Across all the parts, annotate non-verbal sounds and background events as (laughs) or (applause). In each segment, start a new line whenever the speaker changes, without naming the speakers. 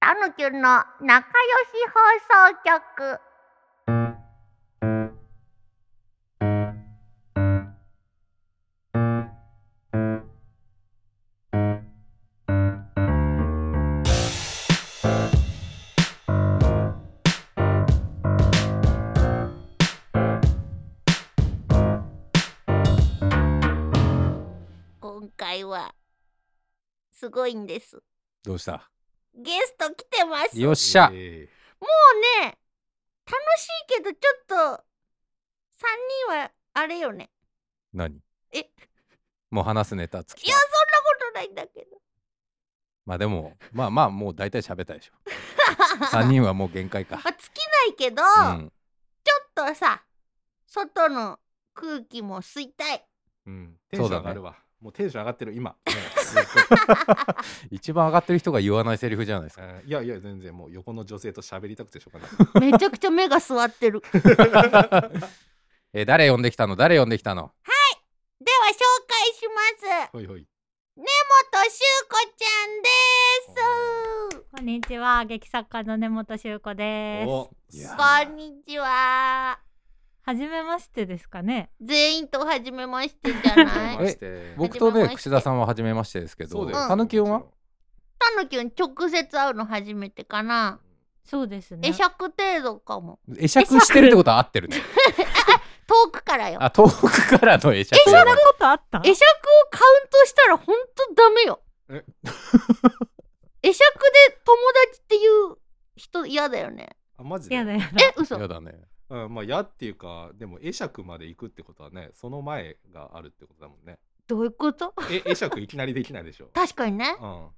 あのきゅんの仲良し放送局今回はすごいんです
どうした
ゲスト来てます
よっしゃ、
え
もうね楽しいけどちょっと3人はあれよね
何
えいや
もう話すネタつ
そ
き
んなことないんだけど
まあでもまあまあもう大体喋ったでしょ (laughs) 3人はもう限界か
(laughs) まあ、尽きないけど、
うん
ちょっとさ外の空気も吸いたい
うん
えテ
そ
ン
う
ショ
だ
ン上が
ね
るわ。もうテンション上がって
(laughs)
る今。ね
一番上がってる人が言わないセリフじゃないですか
うんいやいや全然もう横の女性と喋りたくてしょうがない。
めちゃくちゃ目が座って
(laughs)
るでは
え誰呼んできたの誰呼んできたの
紹介します
ほいほい。
元しゅうこちゃんです
こんにちは劇作家の根本修子です。
お
いや
こんにちは
はじめましてですかね。
全員と初めましてじゃ
(laughs)
ない
まして
僕と
はじめま
ね
して
櫛田さんは初めましてですけ
そ
ど
うだよ
たぬきんは
も
たぬきゅん直接会うの初めてかな
そうですね。
会釈程度かも
会釈してるってことは合ってるね
遠くからよ
あ遠くからの会釈
えそんな
ちょっとあった？
会釈をカウントしたらほんとダメよ
え
(laughs) 会釈で友達っていう人嫌だよ
(laughs)
ね
ちろんあマジで。
やだやだ。
え嘘
やだね
うんまあやっていうかでも会釈まで行くってことはねその前があるってことだもんね。
どういうこと
え会釈いきなりできないでしょ。
確かにね
うん。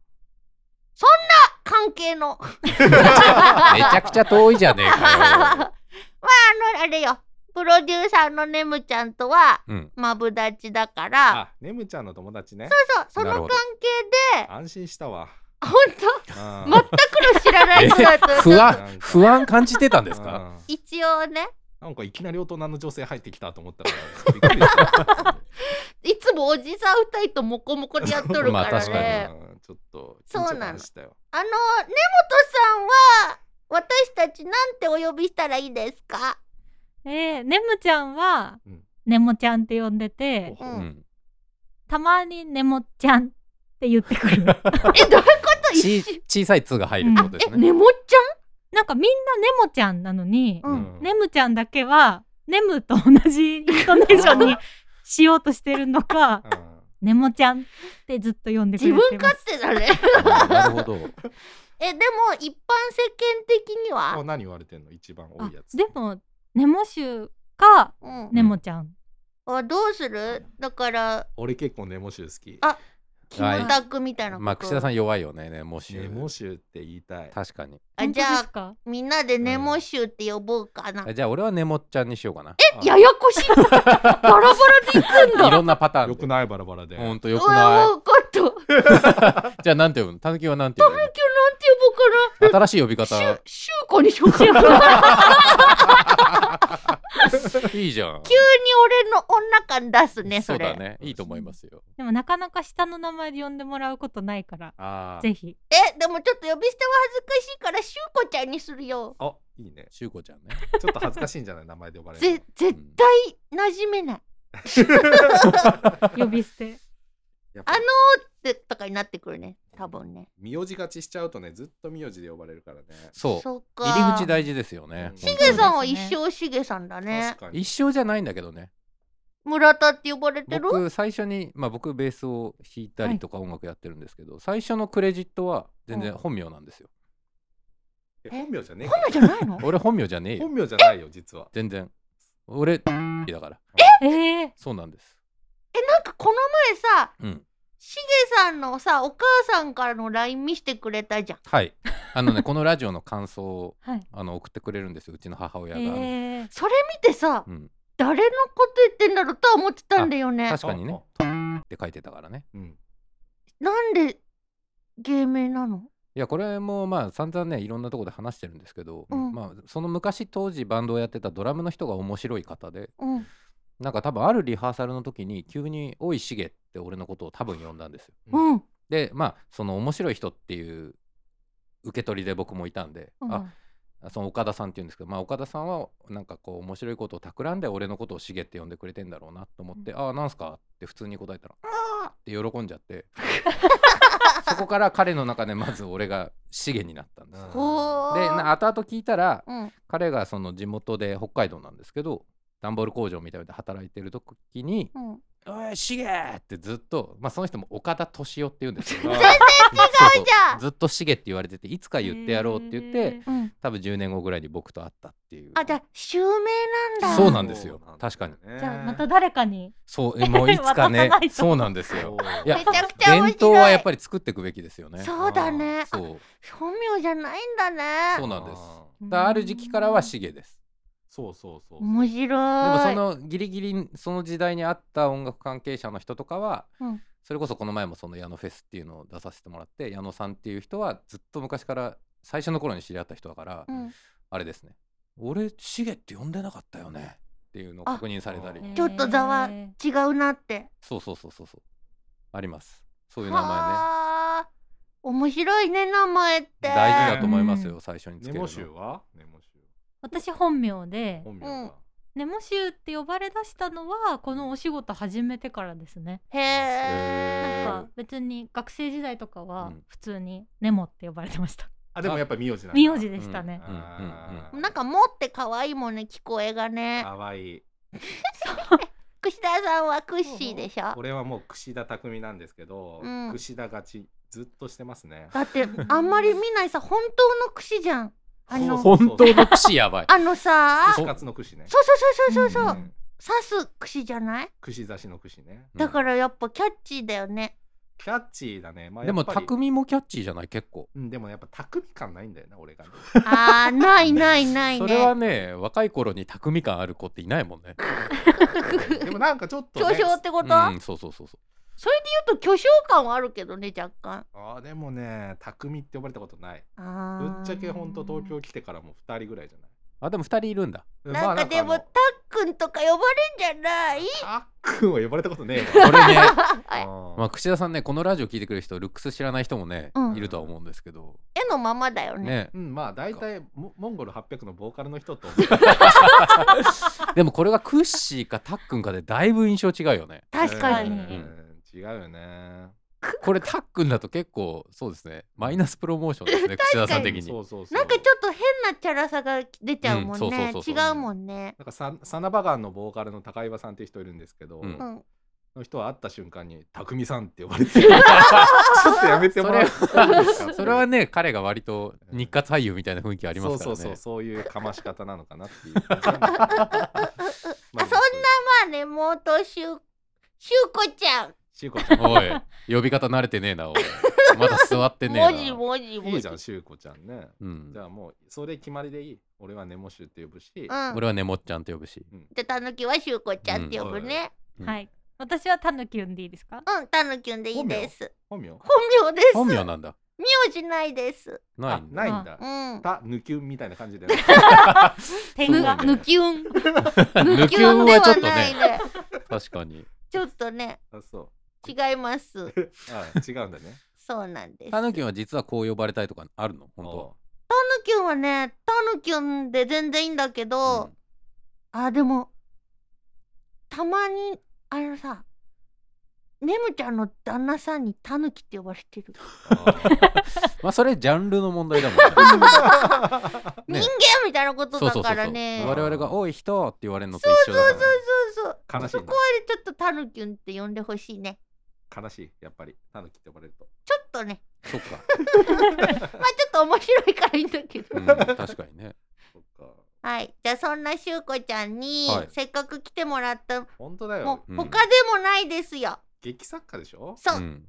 関係の
めちゃくちゃ遠いじゃね
(laughs)
え
まあ
かよ
あのあれよプロデューサーのねむちゃんとは
うん
マブダチだから
あねむちゃんの友達ね。
そうそ
なる
の関
ほ
係
ど
で
安心したわ。
本
うん
当全くの知らない人だと
不安
なんか
不安感じてたんですか
うん
一応ね
なんかいきなり大人の女性入ってきたと思ったからびっくりした。
いつもおじさん二人とモコモコでやっとるか
(laughs) まあ
ら
確かに
ね
うんちょっと
そうなの
緊張感したよ。
あの根本さんは私たちなんてお呼びしたらいいですか
えー、ねむちゃんは、
うん
ねもちゃんって呼んでて、
う
うん (laughs) ん
たまにねもちゃんって言ってく
え
る。
どういうこと一
ち
緒
小さい「つ」が入るってことで
え
すね
ねもっち
なんかみんなねもちゃんなのに
う、ん
ねむちゃんだけはねむと同じイントネーション
(laughs)
にしようとしてるのか、
うん
ねもちゃんってずっと呼んで
ゃ
く
ん自
れてま
分勝
す。
手だね (laughs)
うんなるほど
えでも一般世間的に
お
は
何言われてんの一番多いやつ。
あでもねもしゅか
うん
ねもちゃん。
あどうするだから
俺結構ネモ臭好き
あ。キムタクみたいなこと、
まあ櫛田さん弱いよねねもし
ネモ臭って言いたい。
確かに
あじゃあ
あ
みんなでネモ集って呼ぼうかな、
あじゃあ俺はねもっちゃんにしようかな
あ
ややこしいバラバラでいくん
いろ
だ
んなパター
よ
ン
く
で
ないバラバラで。
ほんと
う
よく
わ
な
分かった今日なんて
いじゃあなんて呼ぶのたぬきはなんて呼ぶの
呼ぼうかな
新しい呼
(laughs)
び
し
方
ゅしゅうこにしようかな
いいじゃん
急に俺の女感出すね
そ
そうれ
だねいいと思いますよ
でもなかなか下の名前で呼んでもらうことないから、
あ
ぜひ。
えでもちょっと呼び捨ては恥ずかしいからしゅうこちゃんにするよ
あ。あいいね。
しゅうこちゃんね
ちょっと恥ずかしいんじゃない名前で呼ばれる
ぜ絶対馴染めない、
(laughs)
呼び捨
(laughs)
て。
の。
あのーってとかになってくるね多分ね
名字勝ちしちゃうとねずっと名字で呼ばれるからね。
そう
っか
入り口大事ですよね
う
本
ん
しげ
当
さ
に
んは一生しげさんだね
確かに
一。生じゃないんだけどね
村田って呼ばれてる
僕最初にまあ僕ベースを弾いたりとか音楽やってるんですけど最初のクレジットは全然本名なんですよ
え本名じゃねえ
本名じゃないの
俺本名じゃねえよ
か。本名じゃないよ実は。
全然俺だから
えー、
そうなんです
えなんかこの前さ
うん
しげさんのさお母さんからの LINE 見せてくれたじゃん
はいあのね (laughs) このラジオの感想を
はい。
あの送ってくれるんですようちの母親
え
が、
ー、
それ見てさ
うん
誰のこと言ってんだろうとは思ってたんだよね
確かにねって書いてたからね
あ。うん。
なんで芸名なの
いやこれもまあ散々ねいろんなとこで話してるんですけど、
うん
まあその昔当時バンドをやってたドラムの人が面白い方で
うん
なんか多分あるリハーサルの時に急に「おいしげ」って俺のことを多分呼んだんですよ。
うん
でまあその面白い人っていう受け取りで僕もいたんで、
うん
あその岡田さんっていうんですけど、まあ、岡田さんはなんかこう面白いことを企んで俺のことをしげって呼んでくれてんだろうなと思って「ああなんすか?」って普通に答えたら「ああ!」って喜んじゃってそこから彼の中でまず俺がしげになったんです。
ほー
でな後々聞いたら
うん
彼がその地元で北海道なんですけど段ボール工場みたいなので働いてる時に
うん
「おいしげ!」ってずっと、まあ、その人も岡田敏夫っていうんですけど
全
然
じ
違
ゃん
ずっとしげって言われてていつか言ってやろうって言って、
へー
うん
多分10年後ぐらいに僕と会ったっていう
あじゃあ襲名なんだ
そうなんですよ確かに
に
じゃあまた誰かに
そうえもういつか
渡
ね
さないと
そうなんですよいや
めちゃくちゃ面白い
伝統はやっぱり作っていくべきですよねそう
そうだねあ
そう
本名じゃないんだね
そうなんです
うん
だからある時期からはしげです
そうそうそう
面白い
でもそのギリギリその時代にあった音楽関係者の人とかは、
うん
それこそこの前もその矢野フェスっていうのを出させてもらって矢野さんっていう人はずっと昔から最初の頃に知り合った人だから、
うん
あれですね俺しげって呼んでなかったよねっていうのを確認されたり
あ
ちょっとざわ
へ
違うなって
そうそうそうそうそうありますそういう名前ね
はあ面白いね名前って
大事だと思います
う
よ最初につける
ネ
の
モ集はネモ集
私本名で
本名が
ネモシュって呼ばれ出したのはこのお仕事始めてからですね
へ
へ
え
ー
なんか別に学生時代とか
う
は
ん
普通にネモって呼ばれて
(laughs)
ました
あでもやっぱ名字なんだ
名字でしたね、
うん
あー
なんか「も」って可愛いもんね聞こえがね
かわいい
串田さんはクッシーでしょ
俺はもう櫛田匠なんですけど
うん
櫛田勝ちずっとしてますね
だってあんまり見ないさ本当の串じゃ
(laughs)
んあの
そう
本当の櫛やばい
あのさ
串カツの櫛ね
そうそうそうそうそうそううん刺す串じゃない
櫛刺しの櫛ね
だからやっぱキャッチーだよね
キャッチーだねまあ
でも
やっぱり
匠もキャッチーじゃない結構
うんでもやっぱ匠感ないんだよな
(laughs)
俺がね
あーないないない
それは
ね
ね若い頃に匠感ある子っていないもんね
でもなんかちょっと、ね、
巨匠ってこと
うんそうそうそうそ
それで言うと巨匠感はあるけどね若干
あーでもね匠って呼ばれたことない
あ
ぶ
ー
っちゃけほんと東京来てからも2人ぐらいじゃないう
あでも二人いるんだ
うんま
な
あ
んかでも
あ
たっ
の
くんとか呼ばれんじゃない
たっくんは呼ばれたことねえ
これ
(laughs)
ね
わうん
まあ櫛田さんねこのラジオ聞いてくれる人ルックス知らない人もね、
うん
いるとは思うんですけど
絵のままだよね
ね
うん、まあ大体モモンゴル800のボーカルの人と
でもこれがクッシーかタックンかでだいぶ印象違うよね
確かに、
うん
確かに
違うよね
これタックンだと結構そうですねマイナスプロモーションですね櫛田さん的に
そうそうそう
なんかちょっと変なチャラさが出ちゃうもん
うんそうそう
ね
そうそう
違うもんね
なんかササナバガンのボーカルの高岩さんっていう人いるんですけど、
う
う
ん
ん
の人は会った瞬間に「匠さん」って呼ばれ
(laughs)
てちょっとやめてもらっていいですか
それはね彼が割と日活俳優みたいな雰囲気ありますから
そう
ね
そうそうそういうかまし方なのかなっ
(laughs)
ていう、
あそんなまあねもうとしゅしゅうこちゃん
しゅうこちゃん
おい呼び方慣れてねえなおいまだ座ってねえな
もじもじ
い
も
い
じ
じゃんしゅうこちゃんね、
うん
じゃあもうそれ決まりでいい俺はネモシュって呼ぶし、
うん
俺はねもっちゃんって呼ぶし
じゃたぬきはしゅうこちゃんって呼ぶね
うん
はい私はタヌキュンでいいですか
うんたぬきんでいいです
本名
本名です
本名なんだ
名字ないです
ない
あ
んだ
ないんだ
うん
たぬきゅんみたいな感じ
(laughs)
で
そうだね
天狗ヌキュン
抜き運はちょっとね
で
確かに
ちょっとね
あそう
違います
(laughs)
あ違うんだね
そうなんです
たぬきんは実はこう呼ばれたいとかあるの本当は
タヌキュンはねタヌキュンで全然いいんだけど、あでもたまにあのさねむちゃんの旦那さんにタヌキって呼ばれてる、 (laughs)
まあそれジャンルの問題だもん (laughs) ねね
人間みたいなこと
そう
だ
そうそ
か
うそ
ら
う
ね
我々が「おい人」って言われるのと一緒だから
そうそう
悲しい
そ
な
こはちょっとタヌキュンって呼んでほしいね
あ悲しいやっぱりたぬきって呼ばれると
ちょっとね
そっか
まあちょっと面白いからいいんだけど、 (laughs)
うん確かにね
そっか
はいじゃあそんなしゅうこちゃんに、
はい
せっかく来てもらった
本当だよ
も
う
うん他でもないですよ、
劇作家でしょ
そう、
うん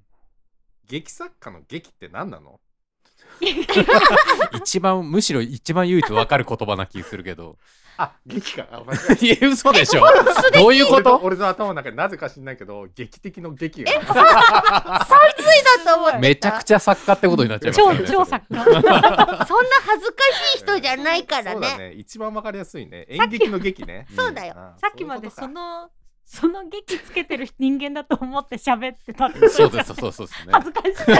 劇作家の劇って何なの
一番むしろ一番唯一わかる言葉な気するけど
あ劇かあ間違え
(laughs) いや嘘でしょどういうこ
た俺の
と
俺の頭の中になぜか知んないけど劇的の劇が
だと思った
めちゃくちゃ作家ってことになっちゃいますか
超
らね
超作家
そんな恥ずかしい人じゃないから
そうだ
ね。
ね一番わかりやすいね演劇の劇ね
そうだよ。
あ
さっきまでそ
の
のその劇つけてる人間だと思って喋ってたって
そうですそうそうですね
恥ずかし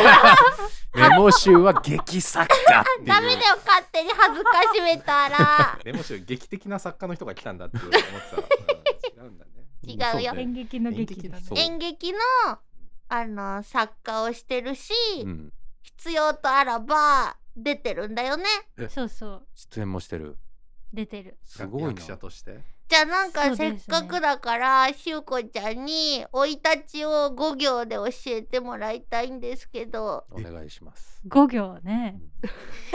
い
メモ集は激作家っていう
ダメだよ勝手に恥ずかしめたら
でもしろ劇的な作家の人が来たんだって思ってたら、うん違うんだね。
違うよ
そね
演劇の劇
演劇だ
で
ね
す
そう
演劇のあの作家をしてるし、
うん、
必要とあらば出てるんだよね
そうそう
出演もしてる
出てる
すごい
役
な
者として。
じゃあなん
そ
か
うです
せ
ね
っかくだから、しゅうこちゃんに生い立ちを5行で教えてもらいたいんですけど
お願いします
5行ね (laughs)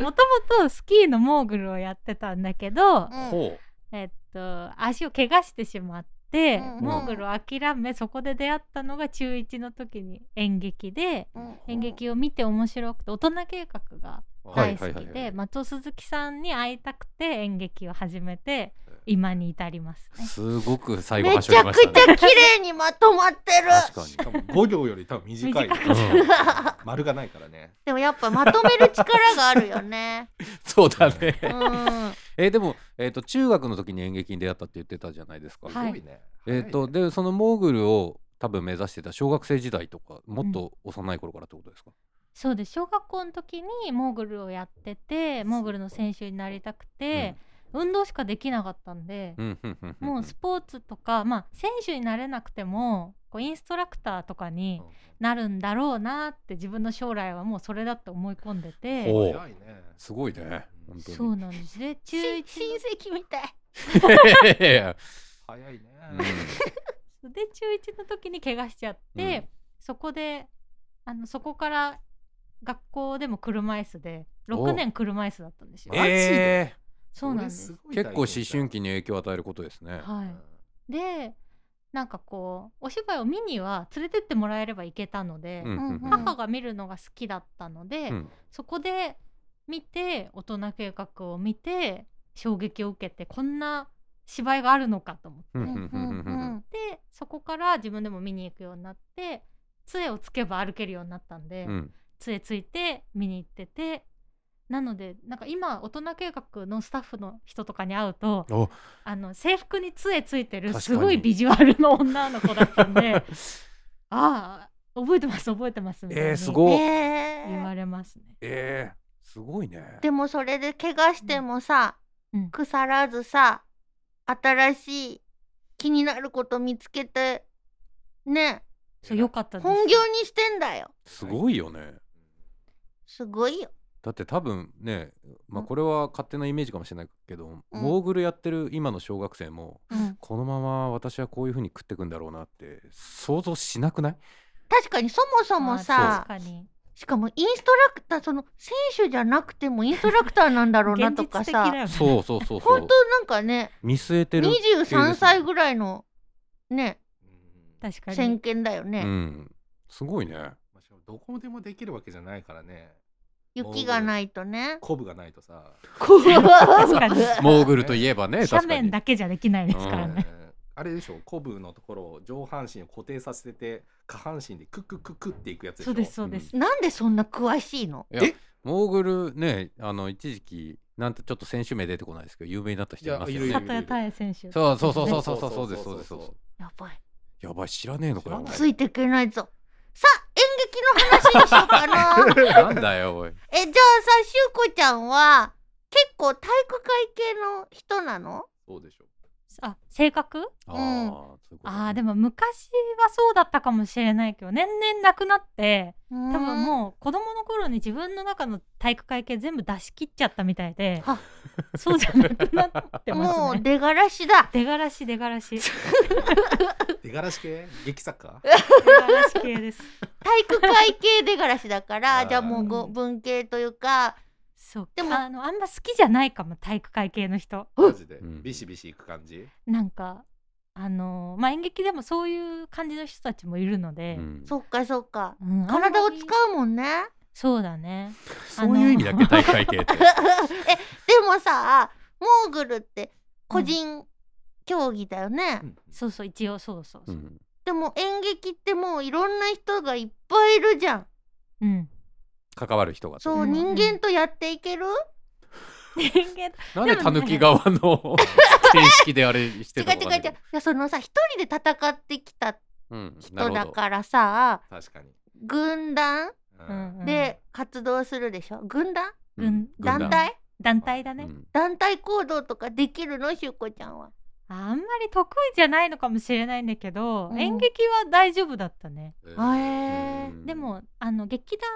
もともとスキーのモーグルをやってたんだけ
う
ど、
ん
ほ
えっと足を怪我してしまって、
うんうん
モーグルを諦めそこで出会ったのが中1の時に演劇で
うん
演劇を見て面白くて大人計画が
う
大好
はい
き
はいはいは
で
い
松尾鈴木さんに会いたくて演劇を始めて今に至りますね。
すごく最後
め
はし
ち
ょ
ゃ
りま
く
し
ち
たね
ゃ綺麗にまとまってる
確かに
しかも五行より多分短い。
短
い
うん丸がないからね。
でもやっぱまとめる力があるよね
そうだね
(laughs) うん
えーでも、えー、と中学の時に演劇に出会ったって言ってたじゃないですか、
はい
すごいね。
えー、と
早いね
でそのモーグルを多分目指してた小学生時代とかもっと幼い頃からってことですか、
そうです小学校の時にモーグルをやっててモーグルの選手になりたくて、運動しかできなかったんで、
うんうんうんうん
もうスポーツとか、まあ、選手になれなくてもこうインストラクターとかになるんだろうなって自分の将来はもうそれだって思い込んで
うん
て
お
早いね。
すごいね本当に
そうなんですで中
親
1
親戚みたい
(laughs) いやいや
早いね。
ので中1の時に怪我しちゃって、
うん
そこであのそこから学校でも車椅子で
お
6年車椅子だったんですよ
うん、
マジで
え
そうなんです
それごい
ー、結構思春
体験
期に影響を与えることですね
は
だ。
いでなんかこうお芝居を見には連れてってもらえれば行けたので、
うんうんうん
母が見るのが好きだったので、
うん
そこで見て大人計画を見て衝撃を受けてこんな芝居があるのかと思っ
うんうんうんうんうん
てそこから自分でも見に行くようになって杖をつけば歩けるようになったんで、
うん
杖ついて見に行っててなのでなんか今大人計画のスタッフの人とかに会うと
お
あの制服に杖ついてる
確か
す
に
ごいビジュアルの女の子だった
(laughs)
んでああ覚えてます覚えてますみたい
えー、
に
す
え
ごい
言
ー
われますね。
えー、すごいね
でもそれで怪我してもさ、
うん
腐らずさ新しい気になること見つけてね
そうよかったです
本業にしてんだよ
すごいよね
すごいよ
だって多分ね、まあ、
うん
これは勝手なイメージかもしれないけど、モーグルやってる今の小学生も、
うん
このまま私はこういう風に食ってくんだろうなって想像しなくない
確かにそもそも
まあ
さ
確かに
しかもインストラクターその選手じゃなくてもインストラクターなんだろうな
現
とか
実的
さ
だよね
そうそうそうそ
本
う
当なんかね
見据えてる
23歳ぐらいのね
うん
確か
先
に
見だよね、
うんすごいね
まあしかもどこでもできるわけじゃないからね。
雪がないとね
コブがないとさ。
確
かに
モーグルといえばね
斜
確か
面
に
だけじゃできないですからね。
うんあれでしょ、コブのところを上半身を固定させて、下半身でクックックックっていくやつでしょ。
そうですそうです。
なんでそんな詳しいの
いや
え
モーグルねあの一時期なんてちょっと選手名出てこないですけど有名になった人いますよ
いやい
ね
る
里谷太選手。
そうそうそう
ね
そうそうそうそうですそうですそうです
やばい
やばい知らねえのかよ
知ら
ついていけないぞさあ演劇の話にしようかな
な
(laughs)
んだよおい
えじゃあさしゅうこちゃんは結構体育会系の人なの
そうでしょ。
あ性格？
あーそういうことね
あーでも昔はそうだったかもしれないけど年々なくなって多分
う
もう子供の頃に自分の中の体育会系全部出し切っちゃったみたいで
は
そうじゃなくなって
ーん
ま
も
す
う
ね。
出がらしだ
出がらし出がらし出
出がらし系劇作家
がらし系です。
体育会系出がらしだか
あ
(laughs)
ら
ー
じゃあもうご文系というか
そう
で
で
も
もあのあんま好きじゃないかも体育会系の人。
マジで
うん
ビシビシいく感じ
なんかあのーまあ演劇でもそういう感じの人たちもいるので、
うん
そっかそっか
うん
体を使
う
うも
(laughs)
んね
そうだね
そういう意味だっけ大会系って
えでもさモーグルって個人競技だよね、
うん
そうそう一応そうそう
う
そう、
ん
でも演劇ってもういろんな人がいっぱいいるじゃん
うん (laughs)
関わる人が
そう、
うん
人間とやっていける
人間
なんでたぬき側の形式であれして
違う
るのか
違う
わかん
違
な
うい
い
やそのさ一人で戦ってきた
うんな
人
る
だ
ほど
からさ
確かに、
軍団
う
うん
で活動するでしょ、軍団
うん
軍
団
軍
体
団体だね、
うん
団体行動とかできるのしゅうこちゃんは。
あんまり得意じゃないのかもしれないんだけど、
うん
演劇は大丈夫だったね、
え
あへー
うん
でもあの劇団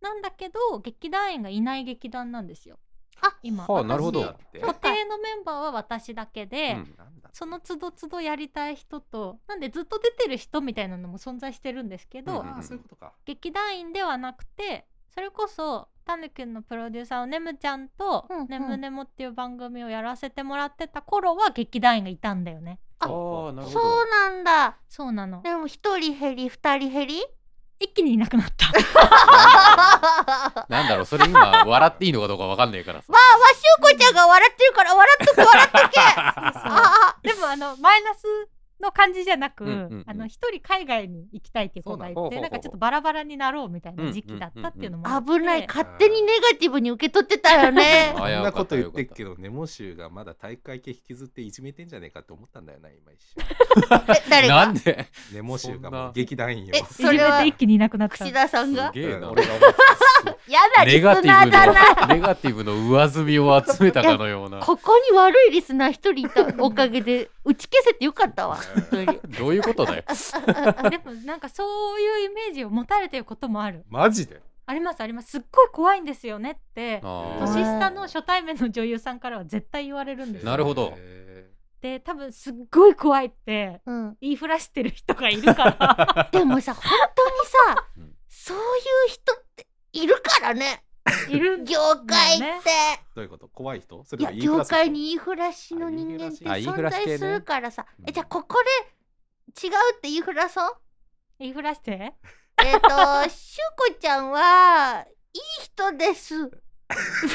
なんだけど劇団員がいない劇団なんですよ
あ
今
はあなるほど
私だって
固定のメンバーは私だけで、
うん
なんだ
その都度都度やりたい人となんでずっと出てる人みたいなのも存在してるんですけど、
うんうん
ああそういうことか
劇団員ではなくてそれこそたぬきんのプロデューサーをねむちゃんと
うんうん
「ねむねむ」っていう番組をやらせてもらってた頃は劇団員がいたんだよね。
あーなるほど
そうなんだ
そうなの
でも一人減り二人減り
一気にいなくなった
なんだろうそれ今笑っていいのかどうかわかんないからさ
まあわしゅうこちゃんが笑ってるから笑っとけ笑っとけああ
でもあのマイナスの感じじゃなく
うんうんうん
あの一人海外に行きたいっていう子がい
そうなのほうほう
て
ほう
なんかちょっとバラバラになろうみたいな時期だったっていうのもあ
あ
って
危ない勝手にネガティブに受け取ってたよね
あ
こん
よか
な
った
こと言って
よ
っ
かった
けどネモ州がまだ大会系引きずっていじめてんじゃねえかって思ったんだよな今一瞬
え誰
な
が
んで
ネモ州が
そん
も
な
う劇団員よ
え
いじめ
それは
て一気にいなくなった
櫛田さんが
すげえな
うん
俺が思ってた
やだリ
ネ
スナー
ガティブ
だな
のネガティブの上積みを集めたかのような
ここに悪いリスナー一人いた
(laughs)
おかげで打ち消せてよかったわ本当に
どういうことだよ
でもなんかそういうイメージを持たれてることもある
マジで
ありますありますすっごい怖いんですよねって
あ
年
ー
下の初対面の女優さんからは絶対言われるんですよ
なるほど
へ
で多分すっごい怖いって
うん
言いふらしてる人がいるから
(laughs)
でもさ本当にさ
うん
そういう人っているからね
いる
業界って、
まあね
ーどういうこと怖い人そ
い
れ
や
は言
業界に
い
言いふらしの人間って
あ言いふ
存
らし系ね
在するからさ
うん
えじゃあここで違うって言いふらそう
言いふらして
えっ、
(laughs)
としゅうこちゃんはいい人です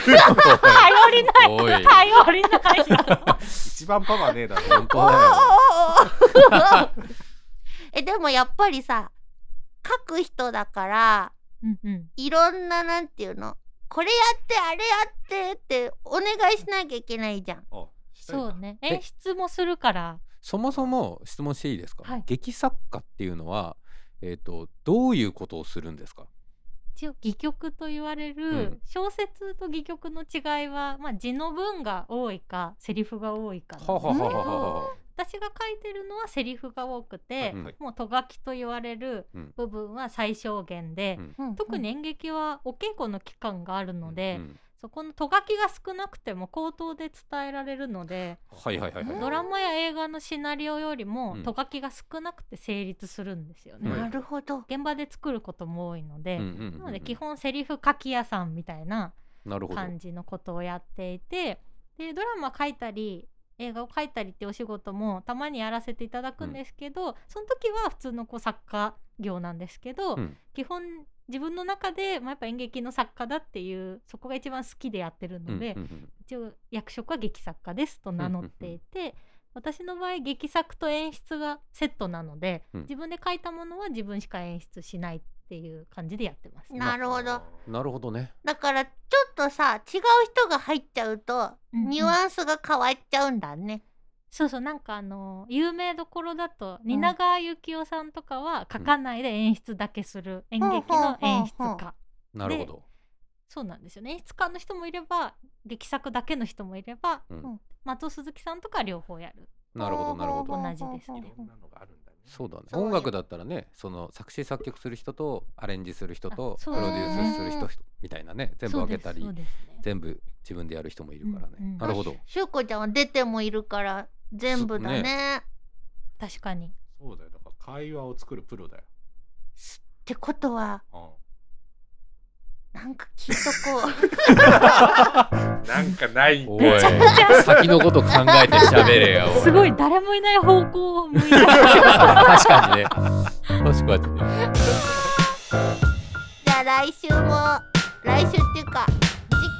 頼りない
おい
頼りないよ
(laughs) 一番パワーねえだろ
(laughs) 本当
お
だよ
ー (laughs) えでもやっぱりさ書く人だから
うんうん
いろんななんていうのこれやってあれやってってお願いしなきゃいけないじゃん。
お一人だ
そうね演出もするから
そもそも質問していいですか、
はい
劇作家っていうのは、えー、とどういうことをするんですか
一応戯曲と言われ
うん
る小説と戯曲の違いは、まあ、字の文が多いかセリフが多いかなん
はは
ですけ
は
ど
ははは
私が書いてるのはセリフが多くて、
うん
はい
もうと書きと言われる
うん
部分は最小限で、
うん
特に演劇はお稽古の期間があるので、
うん
そこのと書きが少なくても口頭で伝えられるので、
はいはいはいはい
ドラマや映画のシナリオよりも
うん
と書きが少なくて成立するんですよね。
はい
なるほど。
現場で作ることも多いので、
うんうんうんうん
なので基本セリフ書き屋さんみたいな
なるほど
感じのことをやっていてでドラマ書いたり映画を書いたりっていうお仕事もたまにやらせていただくんですけど、その時は普通のこう作家業なんですけど、
うん
基本自分の中で、まあ、やっぱ演劇の作家だっていうそこが一番好きでやってるので、
うんうんうん
一応役職は劇作家ですと名乗っていて、私の場合劇作と演出がセットなので、
うん
自分で書いたものは自分しか演出しないっていう感じでやってます。
なるほど。
なるほどね
だからちょっとさ違う人が入っちゃうと
うんうん
ニュアンスが変わっちゃうんだね。
そうそうなんかあの有名どころだと蜷川幸雄さんとかは書かないで演出だけする演劇の演出
ほうほうほうほ
家
なるほど、
そうなんですよね演出家の人もいれば劇作だけの人もいれば
うん
うん
松尾鈴木さんとかは両方やる
なるほどなるほど
ほ同じです
いろんなのがあるんだね
そうだね
そうよ
音楽だったらねその作詞作曲する人とアレンジする人と
あ
プ
そう
ロデュースする
う
人
ん
みたいなね全部分けたり
そうですそうですね
全部自分でやる人もいるからね、
うんうん
なるほど
しゅうこちゃんは出てもいるから全部だね。
す
っ
確かに
そうだよだから会話を作るプロだよ
てことは
う
なんか聞いとこう。
んなんかない
お
(laughs)
い先のこと考えて喋れやお
すごい誰もいない方向を向い
(laughs)
て
確かにね確かにね
じゃあ来週も来週っていうか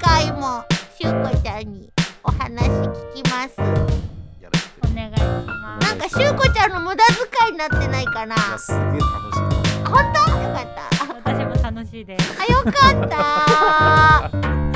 次回もしゅうこちゃんにお話聞きます。
やらせて
お
る
願いします
なんかしゅうこちゃんの無駄遣いになってないかな。よ
い
か
やすげえ楽しい
った。
私も楽しいです
あよかった。